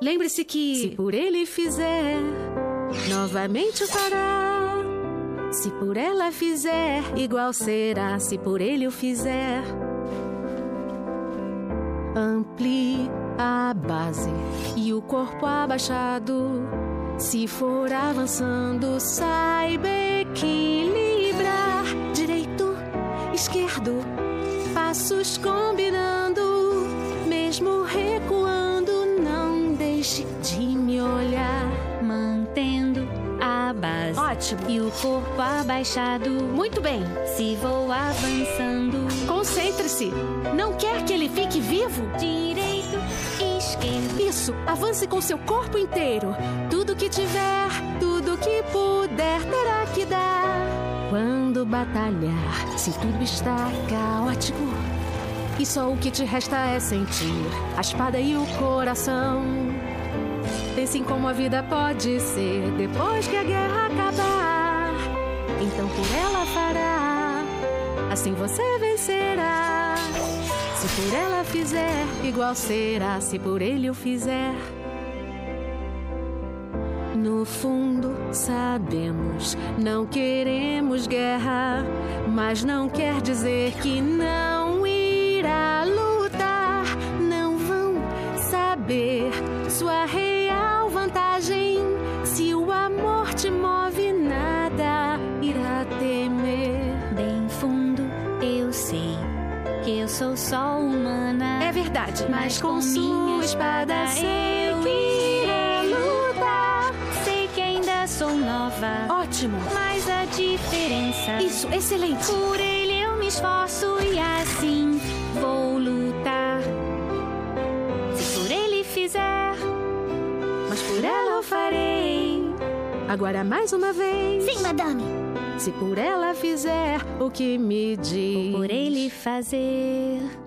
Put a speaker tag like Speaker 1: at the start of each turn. Speaker 1: Lembre-se que.
Speaker 2: Se por ele fizer, novamente o fará. Se por ela fizer, igual será. Se por ele o fizer, amplie a base e o corpo abaixado. Se for avançando, saiba equilibrar. Direito, esquerdo, passos combinando. Mesmo recuando, não deixe de me olhar.
Speaker 3: Mantendo a base.
Speaker 1: Ótimo.
Speaker 3: E o corpo abaixado.
Speaker 1: Muito bem.
Speaker 3: Se vou avançando.
Speaker 1: Concentre-se. Não quer que ele fique vivo?
Speaker 3: Direito, esquerdo.
Speaker 1: Isso, avance com seu corpo inteiro. Tudo que tiver, tudo que puder, terá que dar.
Speaker 2: Quando batalhar, se tudo está caótico, e só o que te resta é sentir a espada e o coração. Pense em como a vida pode ser depois que a guerra acabar. Então por ela fará, assim você vencerá. Se por ela fizer, igual será se por ele o fizer. No fundo, sabemos, não queremos guerra, mas não quer dizer que não irá lutar. Não vão saber sua real vantagem. Se o amor te move, nada irá temer.
Speaker 3: Bem fundo, eu sei que eu sou só humana.
Speaker 1: É verdade,
Speaker 3: mas com, com sua espada, espada sei eu irei lutar. Sei que ainda sou nova.
Speaker 1: Ótimo.
Speaker 3: Mas a diferença.
Speaker 1: Isso, excelente.
Speaker 3: Por ele eu me esforço e assim vou lutar. Se por ele fizer,
Speaker 2: mas por ela eu farei. Agora mais uma vez.
Speaker 4: Sim, madame.
Speaker 2: Se por ela fizer o que me diz.
Speaker 3: Ou por ele fazer.